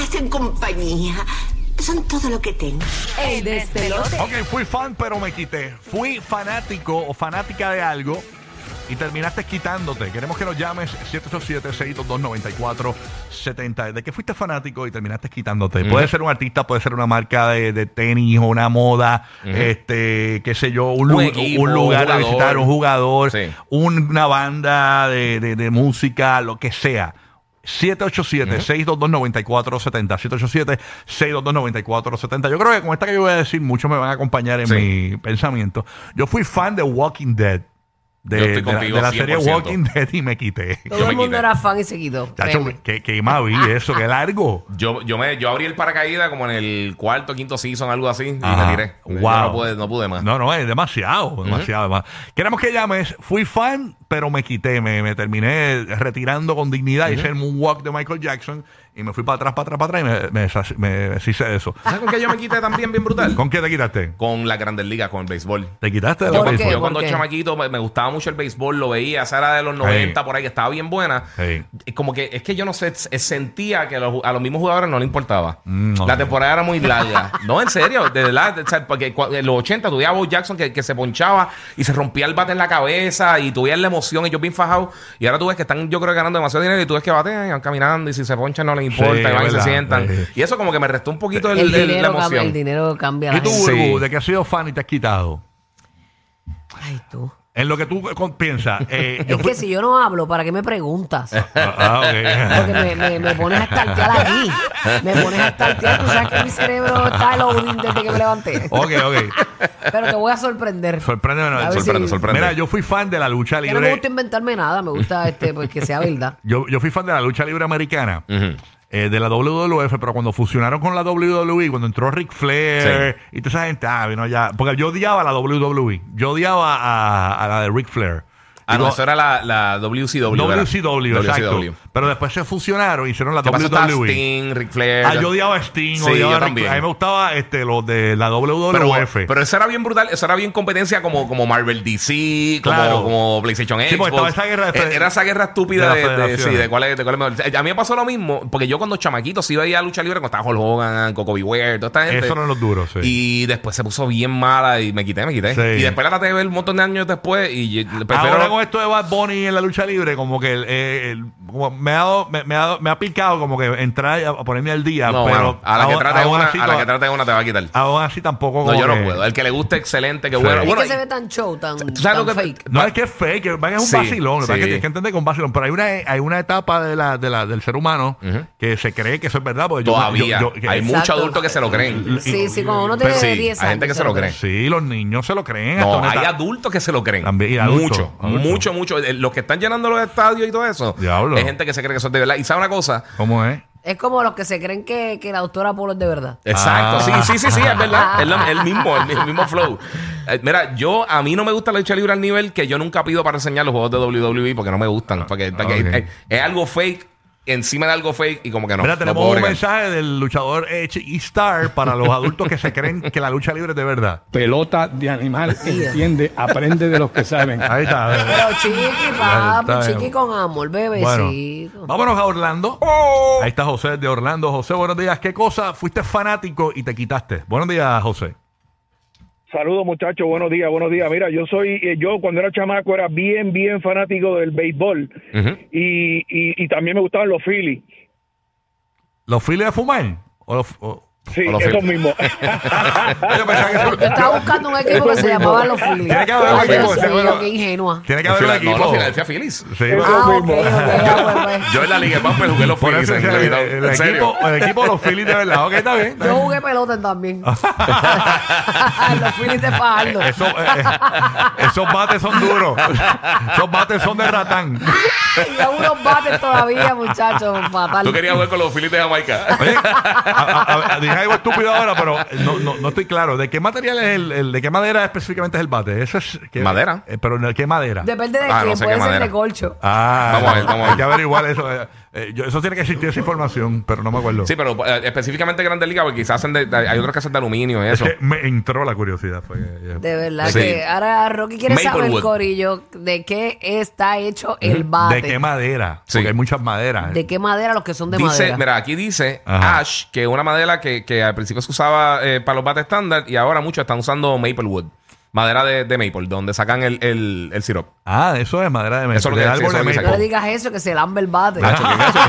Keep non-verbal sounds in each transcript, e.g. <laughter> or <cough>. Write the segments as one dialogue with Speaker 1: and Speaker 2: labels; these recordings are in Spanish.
Speaker 1: hacen compañía. Son todo lo que tengo.
Speaker 2: El despelote.
Speaker 3: Ok, fui fan, pero me quité. Fui fanático o fanática de algo y terminaste quitándote. Queremos que nos llames 787-622-9470. ¿De qué fuiste fanático y terminaste quitándote? Puede ser un artista, puede ser una marca de, de tenis, una moda, este, qué sé yo, un, lu-
Speaker 4: Un equipo,
Speaker 3: un lugar a
Speaker 4: un jugador.
Speaker 3: visitar, un jugador,
Speaker 4: Sí.
Speaker 3: un- una banda de, de- de música, lo que sea. 787-622-9470. 787-622-9470. Yo creo que con esta que yo voy a decir, muchos me van a acompañar en
Speaker 4: Sí.
Speaker 3: mi pensamiento. Yo fui fan de Walking Dead de,
Speaker 4: Yo estoy
Speaker 3: de la-
Speaker 4: contigo
Speaker 3: de la, serie
Speaker 4: 100%.
Speaker 3: Walking Dead y me quité.
Speaker 4: Yo
Speaker 2: Todo
Speaker 4: me
Speaker 2: el mundo
Speaker 4: quité.
Speaker 2: era fan y se quitó.
Speaker 3: Chacho,
Speaker 2: créeme.
Speaker 3: que, que más vi eso, que largo.
Speaker 4: Yo, yo, me, yo abrí el paracaídas como en el cuarto, quinto season, algo así, y
Speaker 3: Ajá.
Speaker 4: me tiré. Yo
Speaker 3: Wow.
Speaker 4: No pude, no pude más.
Speaker 3: No, no, es demasiado, demasiado. dema- Queremos que llames, fui fan, pero me quité, me, me terminé retirando con dignidad, hice el moonwalk de Michael Jackson y me fui para atrás, para atrás, para atrás y me, me deshac- me deshice de eso.
Speaker 4: ¿Sabes con qué yo me quité también bien brutal?
Speaker 3: ¿Con qué te quitaste?
Speaker 4: Con la Grandes Ligas, con el béisbol.
Speaker 3: ¿Te quitaste de
Speaker 2: ¿Por
Speaker 3: la
Speaker 2: qué?
Speaker 3: película?
Speaker 4: Yo cuando
Speaker 2: qué?
Speaker 4: chamaquito me, me gustaba mucho el béisbol, lo veía, esa era de los 90 por ahí, que estaba bien buena.
Speaker 3: Sí.
Speaker 4: Y Como que es que yo no sé, s- sentía que a los, a los mismos jugadores no le importaba.
Speaker 3: Mm, ok.
Speaker 4: La temporada era muy larga. no, en serio, de verdad, o sea, porque cua- en los 80 tuviera Bo Jackson que, que se ponchaba y se rompía el bate en la cabeza y tuviera la emoción y yo bien fajado. Y ahora tú ves que están, yo creo, ganando demasiado dinero y tú ves que batean y van caminando y si se ponchan no les importa
Speaker 3: Sí,
Speaker 4: y van y se
Speaker 3: verdad.
Speaker 4: sientan.
Speaker 3: Sí.
Speaker 4: Y eso como que me restó un poquito el-
Speaker 2: el,
Speaker 4: el- la
Speaker 2: dinero cambia, el
Speaker 4: emoción.
Speaker 2: dinero cambia. a la
Speaker 3: ¿Y tú,
Speaker 2: gente.
Speaker 4: Sí.
Speaker 3: Burbu, de que has sido fan y te has quitado?
Speaker 2: Ay, tú.
Speaker 3: En lo que tú eh, con- piensas. eh, yo
Speaker 2: Es
Speaker 3: fui-
Speaker 2: que si yo no hablo, ¿para qué me preguntas?
Speaker 3: Ah, ah, ok.
Speaker 2: Porque me, me, me pones a estartear aquí. Me pones
Speaker 3: <laughs>
Speaker 2: a estartear. Tú sabes que mi cerebro está loading desde que me levanté.
Speaker 3: Ok, ok.
Speaker 2: Pero te voy a sorprender.
Speaker 3: Sorpréndeme.
Speaker 2: A ver si-
Speaker 4: Sorprende, sorprende.
Speaker 3: Mira, yo fui fan de la lucha
Speaker 2: Que no me
Speaker 3: libre.
Speaker 2: gusta inventarme nada. Me gusta este, pues, que sea verdad.
Speaker 3: Yo, yo fui fan de la lucha libre americana,
Speaker 4: Ujú.
Speaker 3: eh, de la WWF, pero cuando fusionaron con la WWE, cuando entró Ric Flair y toda esa gente, ah, vino ya. Porque yo odiaba la WWE, yo odiaba a, a la de Ric Flair.
Speaker 4: Ah,
Speaker 3: Digo,
Speaker 4: no, eso era la, la WCW. ¿verdad?
Speaker 3: WCW, exacto.
Speaker 4: WCW.
Speaker 3: Pero después se fusionaron y hicieron la
Speaker 4: ¿Qué pasó? Estaba
Speaker 3: WWE.
Speaker 4: Sting, Ric Flair.
Speaker 3: Ah, yo odiaba a Sting,
Speaker 4: Sí,
Speaker 3: odiaba
Speaker 4: yo
Speaker 3: a Ric
Speaker 4: también.
Speaker 3: Flair. A mí me gustaba este, los de la
Speaker 4: pero,
Speaker 3: WWF.
Speaker 4: pero eso era bien brutal, eso era bien competencia como, como Marvel DC, como,
Speaker 3: Claro.
Speaker 4: como PlayStation
Speaker 3: Sí, porque estaba
Speaker 4: Xbox.
Speaker 3: esa guerra de
Speaker 4: Eh,
Speaker 3: fede-
Speaker 4: era esa guerra estúpida
Speaker 3: de
Speaker 4: de,
Speaker 3: las
Speaker 4: de- sí,
Speaker 3: federaciones.
Speaker 4: de cuál es, de cuál es mejor. Eh, A mí me pasó lo mismo, porque yo cuando chamaquito sí veía lucha libre, cuando estaba Hulk Hogan, Coco Beware, toda esta gente.
Speaker 3: Eso eran los duros, sí.
Speaker 4: Y después se puso bien mala y me quité, me quité.
Speaker 3: Sí.
Speaker 4: Y después la traté de ver un montón de años después y yo- prefiero...
Speaker 3: Ahora con esto de Bad Bunny en la lucha libre, como que el- eh, el- como me, ha dado- me, me ha dado- me ha picado como que entrar a, a ponerme al día.
Speaker 4: No,
Speaker 3: pero
Speaker 4: mano, a la que
Speaker 3: aún-
Speaker 4: trate
Speaker 3: aún
Speaker 4: una,
Speaker 3: así
Speaker 4: a la
Speaker 3: to-
Speaker 4: que trate una te va a quitar.
Speaker 3: aún así tampoco.
Speaker 4: No,
Speaker 3: como
Speaker 4: yo no
Speaker 3: que-
Speaker 4: puedo. El que le guste, excelente, que
Speaker 3: Sí.
Speaker 4: bueno.
Speaker 3: Es
Speaker 2: Es
Speaker 4: Bueno,
Speaker 2: que se
Speaker 4: y-
Speaker 2: ve tan show, tan.
Speaker 4: ¿Tú sabes lo
Speaker 2: tan
Speaker 4: que-
Speaker 2: fake?
Speaker 3: No, es que es fake, es, es un
Speaker 4: Sí,
Speaker 3: vacilón. lo que pasa es que
Speaker 4: sí.
Speaker 3: tienes que entender que es un vacilón. Pero hay una, hay una etapa de la, de la- del ser humano que se cree que eso es verdad. porque yo-
Speaker 4: Todavía.
Speaker 3: yo- eh, yo- que-
Speaker 4: Hay
Speaker 2: Exacto.
Speaker 4: muchos adultos que se lo creen.
Speaker 2: Sí, sí, cuando uno
Speaker 4: Pero
Speaker 2: tiene
Speaker 4: sí,
Speaker 2: 10 años.
Speaker 4: hay gente que se lo cree.
Speaker 3: Sí, los niños se lo creen. hasta
Speaker 4: No,
Speaker 3: una
Speaker 4: hay
Speaker 3: etapa-
Speaker 4: adultos que se lo creen.
Speaker 3: También, y adultos,
Speaker 4: mucho,
Speaker 3: adultos.
Speaker 4: mucho, mucho. Eh, Los que están llenando los estadios y todo eso.
Speaker 3: Diablo.
Speaker 4: Hay gente que se cree que eso es de verdad. Y sabe una cosa.
Speaker 3: ¿Cómo es?
Speaker 2: Es como los que se creen que, que la autora Polo es de verdad.
Speaker 4: Exacto,
Speaker 3: Ah.
Speaker 4: sí, sí, sí, sí, es verdad. Es la- el mismo, el, mi- el mismo flow. Eh, mira, yo a mí no me gusta la lucha libre al nivel que yo nunca pido para enseñar los juegos de WWE porque no me gustan. Porque, porque
Speaker 3: ok.
Speaker 4: es, es algo fake, encima de algo fake y como que no.
Speaker 3: Mira,
Speaker 4: no
Speaker 3: tenemos
Speaker 4: puedo
Speaker 3: un
Speaker 4: bregar.
Speaker 3: mensaje del luchador Edge y Star para los adultos que se creen que la lucha libre es de verdad.
Speaker 5: pelota de animal, entiende, aprende de los que saben.
Speaker 3: Ahí está.
Speaker 2: Pero chiqui, papi,
Speaker 3: Está bien.
Speaker 2: chiqui con amor,
Speaker 3: Bueno,
Speaker 2: bebecito.
Speaker 3: vámonos a Orlando. Ahí está José de Orlando. José, buenos días. ¿Qué cosa fuiste fanático y te quitaste? Buenos días, José.
Speaker 6: Saludos muchachos, buenos días, buenos días. Mira, yo soy, eh, yo cuando era chamaco era bien, bien fanático del béisbol y, y- y también me gustaban los Phillies.
Speaker 3: ¿Los files de fumar? ¿O los- o-
Speaker 6: Sí,
Speaker 4: O los
Speaker 6: esos
Speaker 4: Phillies.
Speaker 6: mismos.
Speaker 3: Yo pensaba que eso-
Speaker 2: Yo estaba buscando un equipo que se llamaba Los Phillies.
Speaker 3: Tiene que haber un
Speaker 2: Ay,
Speaker 3: equipo,
Speaker 2: Dios
Speaker 3: seguro.
Speaker 2: mío, qué ingenua.
Speaker 3: Tiene que
Speaker 4: No,
Speaker 3: haber un
Speaker 4: la-
Speaker 3: equipo.
Speaker 4: No, la Filadelfia Phillies.
Speaker 3: Sí,
Speaker 2: Ah, ok, ok, ya, pues,
Speaker 4: Yo en la Liga de Pamper jugué los
Speaker 3: por
Speaker 4: Phillies
Speaker 3: eso
Speaker 4: en
Speaker 3: es el,
Speaker 4: realidad.
Speaker 3: el
Speaker 4: En serio.
Speaker 3: equipo, el equipo de los Phillies de verdad. Ok, está bien. está
Speaker 2: pues. Yo
Speaker 3: bien.
Speaker 2: jugué
Speaker 4: <laughs>
Speaker 2: pelota también. <laughs> los Phillies de Fajardo.
Speaker 3: Eso, eh, esos bates son duros. Esos bates son de ratán.
Speaker 2: Ay, Y aún los bates todavía, muchachos. Fatal.
Speaker 4: Tú querías jugar con los Phillies de Jamaica.
Speaker 3: Oye, a- a- a- dije algo estúpido ahora, pero no, no, no estoy claro. ¿De qué material es el, el- de qué madera específicamente es el bate? Eso es que-
Speaker 4: Madera.
Speaker 3: eh, pero ¿de qué madera?
Speaker 2: Depende de
Speaker 4: Ah, no
Speaker 2: quién,
Speaker 4: sé qué
Speaker 2: puede ser
Speaker 4: madera.
Speaker 2: de colcho.
Speaker 3: Ah,
Speaker 4: Vamos a ver, vamos a ver.
Speaker 3: Hay que averiguar eso. eh, eh, yo- eso tiene que existir esa información, pero no me acuerdo.
Speaker 4: Sí, pero eh, específicamente Grandes Ligas, porque quizás hacen de- hay otros que hacen de aluminio y
Speaker 3: es <laughs>
Speaker 4: eso.
Speaker 3: que me entró la curiosidad. fue que-
Speaker 2: De verdad
Speaker 4: Sí.
Speaker 2: que ahora Rocky quiere
Speaker 4: Maplewood.
Speaker 2: saber, Corillo, de qué está hecho el bate.
Speaker 3: ¿De qué madera?
Speaker 4: Sí.
Speaker 3: Porque hay muchas maderas.
Speaker 2: ¿De qué madera los que son de
Speaker 4: dice,
Speaker 2: madera?
Speaker 4: mira, aquí dice
Speaker 3: Ajá.
Speaker 4: Ash, que es una madera que, que al principio se usaba eh, para los bates estándar y ahora muchos están usando maple wood. Madera de, de maple, donde sacan el, el, el sirope.
Speaker 3: Ah, eso es madera de maple.
Speaker 4: Eso es lo
Speaker 3: de
Speaker 4: que- sí, eso es lo que
Speaker 2: no le
Speaker 4: sacó.
Speaker 2: digas eso, que se lambe el bate.
Speaker 4: Nacho, que- Nacho,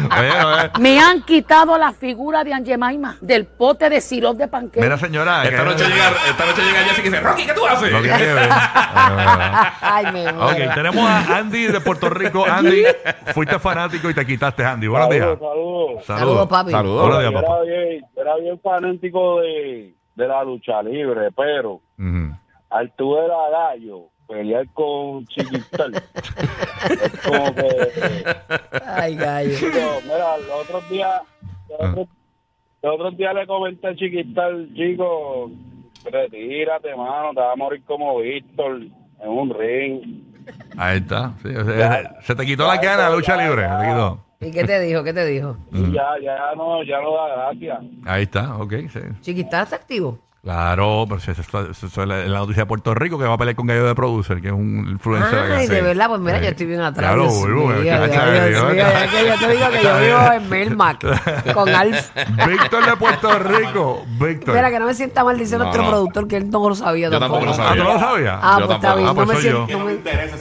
Speaker 3: <laughs> maple. Oye, oye.
Speaker 7: Me han quitado la figura de Angemaima del pote de sirope de panqueque.
Speaker 3: Mira, señora.
Speaker 4: esta,
Speaker 3: Ah, que-
Speaker 4: noche llega, esta noche llega Jessica y dice, Rocky, ¿qué tú haces?
Speaker 3: Lo que <laughs> tiene que
Speaker 4: <laughs>
Speaker 3: ver. Ah,
Speaker 2: <laughs> Ay, me muero.
Speaker 3: ok, tenemos a Andy de Puerto Rico. Andy, fuiste fanático y te quitaste, Andy. Buenos días.
Speaker 6: Saludos, saludos.
Speaker 2: Saludos, papi.
Speaker 4: Saludos.
Speaker 3: Buenos
Speaker 6: Yo
Speaker 3: días, papá.
Speaker 6: era bien, yo era bien fanático de, de la lucha libre, pero
Speaker 3: Ujú.
Speaker 6: al tú era gallo, pelear con Chiquistel. es como que.
Speaker 2: Ay, gallo.
Speaker 6: yo, mira, los otros días. Los otros, los otros días le comenté a Chiquistel, chico, retírate, mano, te vas a morir como Víctor en un ring.
Speaker 3: Ahí está. sí, o sea, se te quitó la cara la lucha libre. se te quitó.
Speaker 2: ¿Y qué te dijo? ¿Qué te dijo?
Speaker 6: Y ya, ya no, ya no da gracia.
Speaker 3: Ahí está, ok. sí.
Speaker 2: Chiquita, ¿estás activo?
Speaker 3: Claro, pero si eso, está- eso es la, la noticia de Puerto Rico que va a pelear con Gallo de Producer, que es un influencer.
Speaker 2: Ay,
Speaker 3: acá,
Speaker 2: de
Speaker 3: sí.
Speaker 2: verdad, pues mira,
Speaker 3: Sí.
Speaker 2: yo estoy bien atrás.
Speaker 3: Claro,
Speaker 2: Dios
Speaker 3: vuelvo,
Speaker 2: mío,
Speaker 3: eh,
Speaker 2: Dios
Speaker 3: chacho, de
Speaker 2: mío,
Speaker 3: Dios.
Speaker 2: es que yo te digo
Speaker 3: <laughs>
Speaker 2: que yo vivo en Melmac con Alf.
Speaker 3: Víctor de Puerto Rico. Víctor.
Speaker 2: Espera, que no me sienta mal, dice
Speaker 4: No,
Speaker 2: nuestro
Speaker 4: no.
Speaker 2: productor que él no lo sabía
Speaker 4: Yo tampoco lo
Speaker 3: Ah, ¿tú no lo sabías?
Speaker 2: Ah,
Speaker 4: Yo
Speaker 2: pues está
Speaker 4: tampoco.
Speaker 2: bien,
Speaker 3: Ah, pues
Speaker 2: no me
Speaker 3: soy
Speaker 2: siento.
Speaker 3: yo.
Speaker 2: no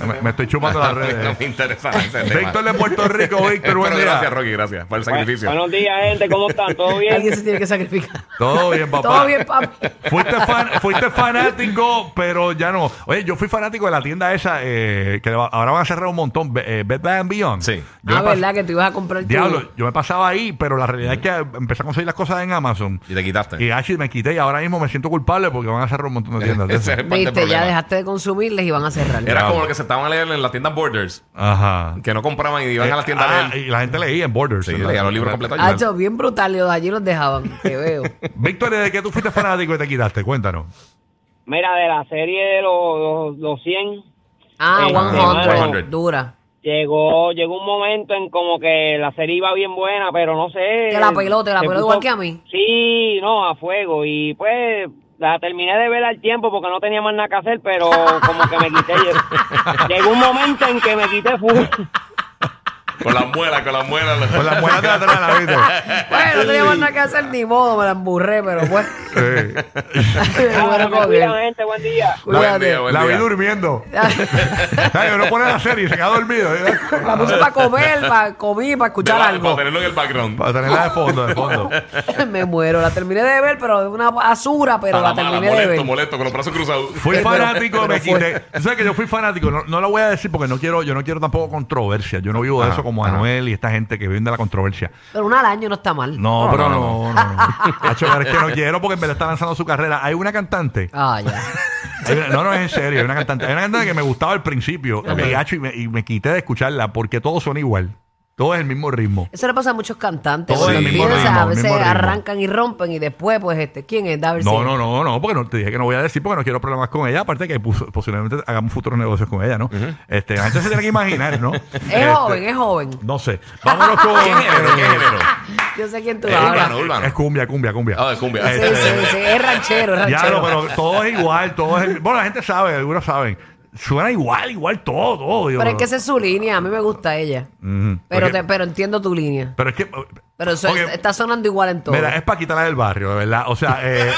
Speaker 2: me-
Speaker 3: me, me estoy chupando las redes.
Speaker 4: <laughs> no me interesa ese tema.
Speaker 3: Víctor de Puerto Rico, Víctor,
Speaker 4: Pero
Speaker 3: buen día.
Speaker 4: gracias, Rocky, gracias por el sacrificio.
Speaker 8: Buenos días, gente. ¿Cómo están? ¿Todo bien?
Speaker 2: Alguien se tiene que sacrificar.
Speaker 3: Todo bien, <laughs> papá.
Speaker 2: Todo bien, papi.
Speaker 3: Fuiste, fan- fuiste fanático, pero ya no. Oye, yo fui fanático de la tienda esa eh, que va- ahora van a cerrar un montón, Be- eh, Bed Bath and Beyond.
Speaker 4: Sí.
Speaker 3: Yo
Speaker 2: ah,
Speaker 3: me pas-
Speaker 2: verdad que tú ibas a comprar tu-
Speaker 3: Diablo, yo me pasaba ahí, pero la realidad es que empecé a conseguir las cosas en Amazon.
Speaker 4: Y te quitaste.
Speaker 3: Y así me quité y ahora mismo me siento culpable porque van a cerrar un montón de tiendas. de
Speaker 4: <laughs> Ese
Speaker 3: esas.
Speaker 4: es parte del
Speaker 2: Viste, ya
Speaker 4: problema.
Speaker 2: dejaste de consumirles y van a cerrar.
Speaker 4: Era como lo que se estaban leyendo en las tiendas Borders,
Speaker 3: Ajá.
Speaker 4: que no compraban y iban a las tiendas
Speaker 3: Eh,
Speaker 4: de
Speaker 3: ah, y la gente leía en Borders.
Speaker 4: Sí,
Speaker 3: ¿verdad?
Speaker 4: leía los libros completos.
Speaker 2: Ah, eso, bien brutal, y los de allí los dejaban, te veo.
Speaker 3: Víctor, ¿de qué tú fuiste fanático y te quitaste? Cuéntanos.
Speaker 8: Mira, de la serie de los, los, los 100,
Speaker 2: Ah,
Speaker 8: Eh,
Speaker 2: 100,
Speaker 4: 100.
Speaker 2: dura.
Speaker 8: llegó llegó un momento en como que la serie iba bien buena, pero no sé.
Speaker 2: Te la peló, te la
Speaker 8: se
Speaker 2: peló igual que a mí.
Speaker 8: Sí, no, a fuego. Y pues la terminé de ver al tiempo porque no tenía más nada que hacer, pero como que me
Speaker 2: <laughs>
Speaker 8: quité. Llegó- llegó un momento en que me quité full.
Speaker 4: Con las muelas, con las muelas.
Speaker 3: Con la muela de atrás, ¿la viste?
Speaker 2: Bueno, no teníamos nada que hacer ni modo, me la emburré, pero bueno. <laughs>
Speaker 3: Eh,
Speaker 8: Ahora
Speaker 2: Me muero
Speaker 6: Ah,
Speaker 8: Ah, me
Speaker 2: con él.
Speaker 8: cuidan, gente. Buen día.
Speaker 4: <laughs> Buen día,
Speaker 2: Cuídate.
Speaker 4: buen
Speaker 3: La vi
Speaker 4: día.
Speaker 3: durmiendo. Ay, no pone la serie y se queda dormido.
Speaker 2: <laughs> La puse para comer, para comer, para escuchar
Speaker 4: Para-
Speaker 2: algo.
Speaker 4: Para tenerlo en el background.
Speaker 3: Para tenerla de fondo, de fondo.
Speaker 2: <laughs> Me muero, la terminé de ver, pero es una basura, pero
Speaker 4: Para
Speaker 2: la
Speaker 4: la mala,
Speaker 2: terminé de
Speaker 4: molesto,
Speaker 2: ver.
Speaker 4: molesto, con los brazos cruzados.
Speaker 3: Fui
Speaker 2: Pero-
Speaker 3: fanático,
Speaker 2: pero
Speaker 3: me
Speaker 2: fue-
Speaker 3: quité. Tú sabes que yo fui fanático, no, no lo voy a decir porque no quiero, yo no quiero tampoco controversia. Yo no vivo de
Speaker 4: Ajá,
Speaker 3: eso como
Speaker 4: ajá.
Speaker 3: Anuel y esta gente que viven de la controversia.
Speaker 2: Pero una al año no está mal.
Speaker 3: No,
Speaker 4: No,
Speaker 3: pero
Speaker 4: no,
Speaker 3: no, no, no. <laughs> Cacho, pero es que no quiero porque me la está lanzando su carrera. Hay una cantante.
Speaker 2: Ah, ya.
Speaker 3: hay una- no, no, es en serio. Hay una cantante. Hay una cantante que me gustaba al principio. Y, gacho, y me, y me quité de escucharla porque todos son igual. Todo es el mismo ritmo.
Speaker 2: Eso le pasa a muchos cantantes.
Speaker 3: Todo
Speaker 4: el
Speaker 2: cuando
Speaker 4: mismo
Speaker 2: empiezan,
Speaker 3: ritmo,
Speaker 2: a
Speaker 3: el
Speaker 2: veces
Speaker 3: mismo ritmo.
Speaker 2: arrancan y rompen y después, pues, este, ¿quién es? David
Speaker 3: No,
Speaker 2: Silver.
Speaker 3: no, no, no, porque no te dije que no voy a decir porque no quiero problemas con ella. Aparte que pus- posiblemente hagamos futuros negocios con ella, ¿no? Este, antes se tiene que imaginar, ¿no? Este,
Speaker 2: <laughs> Es joven, es joven.
Speaker 3: No sé.
Speaker 2: <laughs>
Speaker 3: Vámonos con. Este,
Speaker 4: ¿Qué género? ¿Qué género?
Speaker 2: Yo sé quién tú
Speaker 4: Es
Speaker 2: hablas.
Speaker 4: urbano, urbano.
Speaker 3: Es cumbia, cumbia, cumbia.
Speaker 4: Ah, es cumbia.
Speaker 2: Sí,
Speaker 3: Este,
Speaker 2: sí, sí, es ranchero, es
Speaker 3: Ya,
Speaker 2: ranchero.
Speaker 3: no, pero todo es igual, todo es. el- Bueno, la gente sabe, algunos saben. Suena igual, igual todo, todo. Yo-
Speaker 2: Pero es que esa es su línea, a mí me gusta ella.
Speaker 3: Ujú.
Speaker 2: Pero,
Speaker 3: Porque-
Speaker 2: te- pero entiendo tu línea.
Speaker 3: Pero es que.
Speaker 2: Pero eso
Speaker 3: Ok,
Speaker 2: es- está sonando igual en todo.
Speaker 3: Mira, es para quitarla del barrio, de verdad. O sea, eh,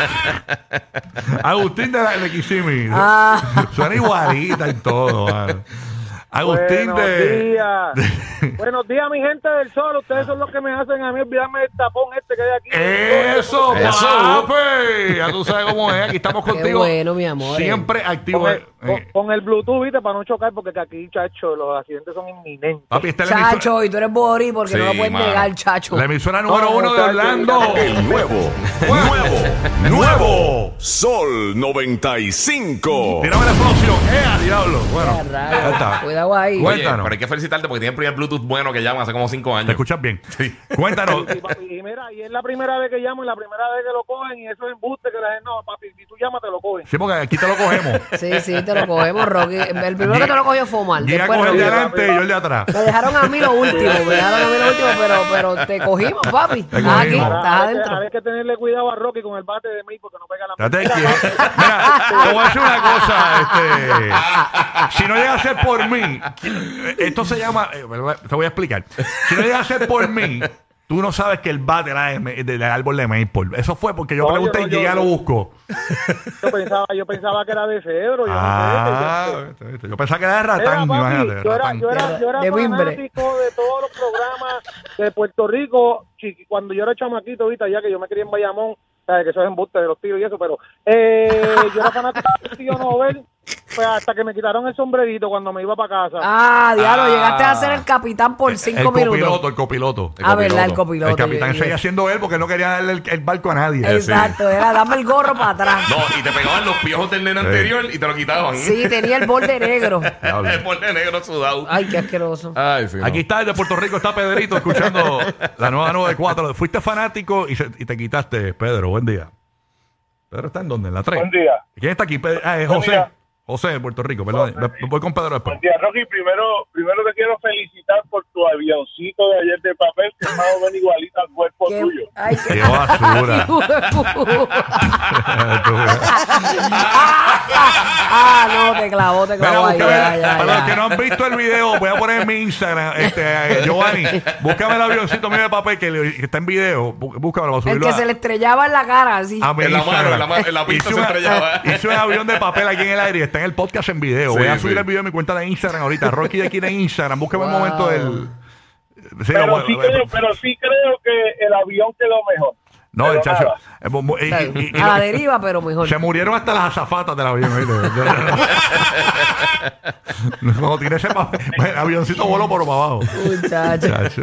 Speaker 2: <laughs>
Speaker 3: eh, Agustín de, la, de Kissimmee.
Speaker 2: Ah.
Speaker 3: <laughs> Suena igualita en todo. mano. Agustín de. <laughs>
Speaker 6: días. Buenos días, mi gente del sol. Ustedes son los que me hacen a mí olvidarme del tapón este que hay aquí.
Speaker 3: Eso,
Speaker 4: Eso.
Speaker 3: papi. Ya tú sabes cómo es. Aquí estamos
Speaker 2: Qué
Speaker 3: contigo.
Speaker 2: bueno, mi amor.
Speaker 3: Siempre activo.
Speaker 6: Porque,
Speaker 3: Eh,
Speaker 9: Con, con el Bluetooth, viste, para no chocar, porque que aquí, chacho, los accidentes son inminentes.
Speaker 3: papi, esta es la emisora,
Speaker 2: Chacho, y tú eres bori porque no
Speaker 4: Sí,
Speaker 2: lo puedes
Speaker 4: mano.
Speaker 2: negar, chacho.
Speaker 3: la emisora número
Speaker 9: No,
Speaker 3: uno de
Speaker 9: chacho,
Speaker 3: Orlando.
Speaker 10: El nuevo, nuevo, nuevo Sol 95.
Speaker 3: Tírame la explosión. ¡Eh, a diablo! Bueno,
Speaker 2: Ah, rayos.
Speaker 3: ya está.
Speaker 2: Cuidado ahí.
Speaker 4: Oye,
Speaker 3: Cuéntanos.
Speaker 4: pero hay que felicitarte porque tiene el primer Bluetooth bueno que llaman hace como cinco
Speaker 3: ¿Te
Speaker 4: años.
Speaker 3: escuchas bien? Cuéntanos.
Speaker 9: Y, papi, y mira, y es la primera vez que llamo y la primera vez que lo cogen, y eso es embuste que la gente, no, papi, si tú llamas, te lo cogen.
Speaker 3: Sí, porque aquí te lo cogemos.
Speaker 2: Sí, sí, te lo cogemos, Rocky. El primero que te lo cogió fue Omar.
Speaker 3: Llega a
Speaker 2: Después
Speaker 3: coger el
Speaker 2: Rocky.
Speaker 3: de adelante y yo el de atrás.
Speaker 2: Me dejaron a mí lo último, me dejaron a mí lo último, pero, pero te cogimos, papi. Estás aquí,
Speaker 3: cogimos.
Speaker 2: estás
Speaker 9: Ahora, hay, que,
Speaker 2: adentro.
Speaker 9: ahora hay que tenerle cuidado a Rocky con el bate de mí, porque no pega la
Speaker 3: Ya
Speaker 9: <laughs>
Speaker 3: te
Speaker 9: Mira,
Speaker 3: quiero. Mira, te voy a decir una cosa. Este, si no llega a ser por mí, esto se llama. eh, Te voy a explicar. Si no llega a ser por mí, tú no sabes que el bate era de me- del árbol de Maple. Eso fue porque yo
Speaker 9: No,
Speaker 3: pregunté
Speaker 9: yo no,
Speaker 3: y llegué
Speaker 9: yo-
Speaker 3: a lo busco.
Speaker 9: Yo pensaba, yo pensaba que era de cedro. Yo, no sé,
Speaker 3: Ah,
Speaker 9: yo-
Speaker 3: viste, viste. yo pensaba que era de
Speaker 9: Era,
Speaker 3: ratán.
Speaker 9: papi,
Speaker 3: imagínate,
Speaker 9: yo era,
Speaker 3: ratán.
Speaker 9: yo era, yo era
Speaker 2: De mimbre.
Speaker 9: fanático de todos los programas de Puerto Rico. chiqui- Cuando yo era chamaquito, ahorita ya que yo me crié en Bayamón, sabes que eso es embuste de los tiros y eso, pero eh, yo era fanático del tío Nobel pues, hasta que me quitaron el sombrerito cuando me iba para casa.
Speaker 2: Ah, diablo,
Speaker 4: Ah.
Speaker 2: llegaste a ser el capitán por
Speaker 3: el
Speaker 2: cinco
Speaker 3: copiloto,
Speaker 2: minutos.
Speaker 3: el copiloto.
Speaker 2: Ah, verdad, el
Speaker 4: copiloto.
Speaker 2: copiloto.
Speaker 3: El capitán
Speaker 2: yo- yo-
Speaker 3: seguía haciendo él porque no quería darle el, el barco a nadie.
Speaker 2: Exacto, era dame el gorro para atrás.
Speaker 4: No, y te pegaban los piojos del nene
Speaker 3: Sí.
Speaker 4: anterior y te lo quitaban.
Speaker 2: Sí, tenía el borde negro.
Speaker 3: Diablo.
Speaker 4: <laughs> el borde negro sudado.
Speaker 2: Ay, qué asqueroso.
Speaker 3: Ah.
Speaker 4: Ay, sí. no.
Speaker 3: Aquí está el de Puerto Rico, está Pedrito
Speaker 4: <laughs>
Speaker 3: escuchando la nueva 94. Fuiste fanático y, se- y te quitaste, Pedro. Buen día. Pedro está en donde? En la 3.
Speaker 6: Buen día.
Speaker 3: ¿Quién está aquí? Pedro? Ah, es
Speaker 6: Buen
Speaker 3: José.
Speaker 6: día.
Speaker 3: José de Puerto Rico, perdón. Me- Voy con Pedro después.
Speaker 6: Buen día, Rocky. Primero, primero te quiero felicitar por tu avioncito de ayer de papel, que es más o menos igualito al cuerpo
Speaker 2: Qué-
Speaker 6: tuyo.
Speaker 2: Ay,
Speaker 3: ¡Qué basura!
Speaker 2: <laughs> hijo de puta. ah, no, te clavó, te
Speaker 3: Mira,
Speaker 2: clavó ahí.
Speaker 3: búscame-
Speaker 2: ya, ya,
Speaker 3: para
Speaker 2: ya.
Speaker 3: los que no han visto el video, voy a poner en mi Instagram, este, eh, Giovanni, búscame el avioncito mío de papel que, le- que está en video, bú- búscamelo para
Speaker 2: El
Speaker 3: subirlo
Speaker 2: que
Speaker 3: a- Ah,
Speaker 2: se le estrellaba en la cara, así.
Speaker 3: a mi
Speaker 4: En la mano,
Speaker 3: Instagram.
Speaker 4: en la mano, en la pista
Speaker 3: Hice
Speaker 4: se
Speaker 3: una-
Speaker 4: estrellaba.
Speaker 3: <laughs> Hice un avión de papel aquí en el aire y está en el podcast en video.
Speaker 4: Sí,
Speaker 3: Voy a subir
Speaker 4: sí.
Speaker 3: el video en mi cuenta de Instagram ahorita. Rocky de aquí en Instagram. Búscame el
Speaker 2: Wow.
Speaker 3: momento del. Sí,
Speaker 6: Pero,
Speaker 3: lo voy-
Speaker 6: sí
Speaker 3: lo voy a-
Speaker 6: creo, pero sí creo que el avión quedó mejor.
Speaker 3: no, el
Speaker 6: pero
Speaker 3: chacho.
Speaker 6: nada.
Speaker 3: eh, bu- bu- y- y- y- y
Speaker 2: a la
Speaker 3: lo-
Speaker 2: deriva, pero mejor.
Speaker 3: se murieron hasta las azafatas del avión. ¿viste? <laughs> no, tiene ese papel. El avioncito voló por para abajo.
Speaker 2: Muchacho.
Speaker 3: Chacho.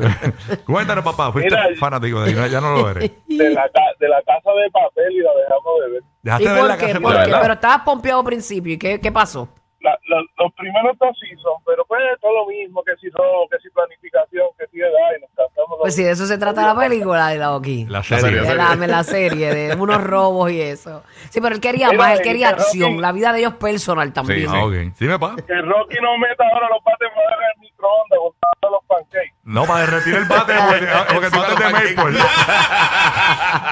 Speaker 3: Cuéntanos, papá. Fuiste
Speaker 6: Mira,
Speaker 3: fanático de ahí, Ya no lo eres.
Speaker 6: De la, ta- de la taza de papel y la dejamos de ver.
Speaker 2: ¿Y
Speaker 3: Dejaste de ver la
Speaker 2: por qué?
Speaker 3: casa.
Speaker 2: ¿Por
Speaker 4: la
Speaker 2: qué?
Speaker 4: verdad.
Speaker 2: Pero estabas pompeado al principio. ¿Y qué, qué pasó?
Speaker 6: La- la- los primeros dos sí son, pero pues todo lo mismo, que si robo, que si planificación, que si edad, y nos cansamos.
Speaker 2: Pues si de eso se trata la película de la Oki.
Speaker 3: La
Speaker 4: serie,
Speaker 3: serie.
Speaker 4: la
Speaker 2: De la, de la serie, de unos robos y eso. Sí, pero él quería
Speaker 6: Mira,
Speaker 2: más, él
Speaker 6: y
Speaker 2: quería
Speaker 6: que Rocky-
Speaker 2: acción. La vida de ellos personal también.
Speaker 3: Ah, ok. Dime, papá.
Speaker 6: Que Rocky no meta ahora los pates para en el microondas, juntando los pancakes.
Speaker 3: No, para derretir el bate, porque, ah, porque el bate es de Maple.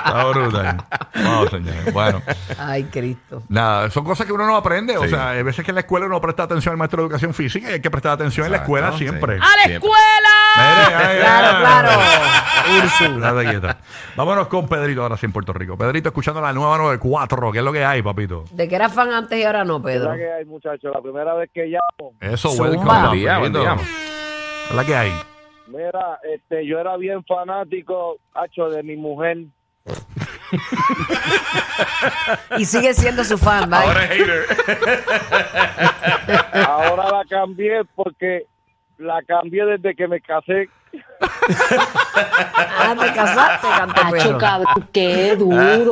Speaker 3: Está brutal. Wow, señor. Bueno,
Speaker 2: Ay, Cristo.
Speaker 3: nada, son cosas que uno no aprende. O
Speaker 4: Sí.
Speaker 3: sea, hay veces que en la escuela uno presta atención al maestro de educación física y hay que prestar atención
Speaker 4: Exacto,
Speaker 3: en la escuela
Speaker 4: Ah, sí.
Speaker 3: siempre.
Speaker 7: ¡A la
Speaker 4: Bien.
Speaker 7: escuela!
Speaker 3: Mire, ay,
Speaker 2: Claro,
Speaker 3: ay,
Speaker 2: claro. Úrsula.
Speaker 3: Date quieta. Vámonos con Pedrito ahora sí en Puerto Rico. Pedrito escuchando la nueva 94, que es lo que hay, papito.
Speaker 2: De que era fan antes y ahora no, Pedro.
Speaker 9: que hay, muchachos? La primera vez que llamo,
Speaker 3: Eso,
Speaker 2: Zumba.
Speaker 3: welcome.
Speaker 2: Buen
Speaker 4: día,
Speaker 3: papito.
Speaker 4: buen día.
Speaker 3: Es la que hay.
Speaker 9: mira, este, yo era bien fanático, hacho, de mi
Speaker 6: <laughs>
Speaker 9: mujer.
Speaker 2: Y sigue siendo su fan, ¿vale?
Speaker 4: Ahora es hater.
Speaker 9: Ahora la cambié porque la cambié desde que me casé.
Speaker 2: Ah, te casaste, canto
Speaker 7: Acho,
Speaker 2: perro.
Speaker 7: cabrón, qué duro.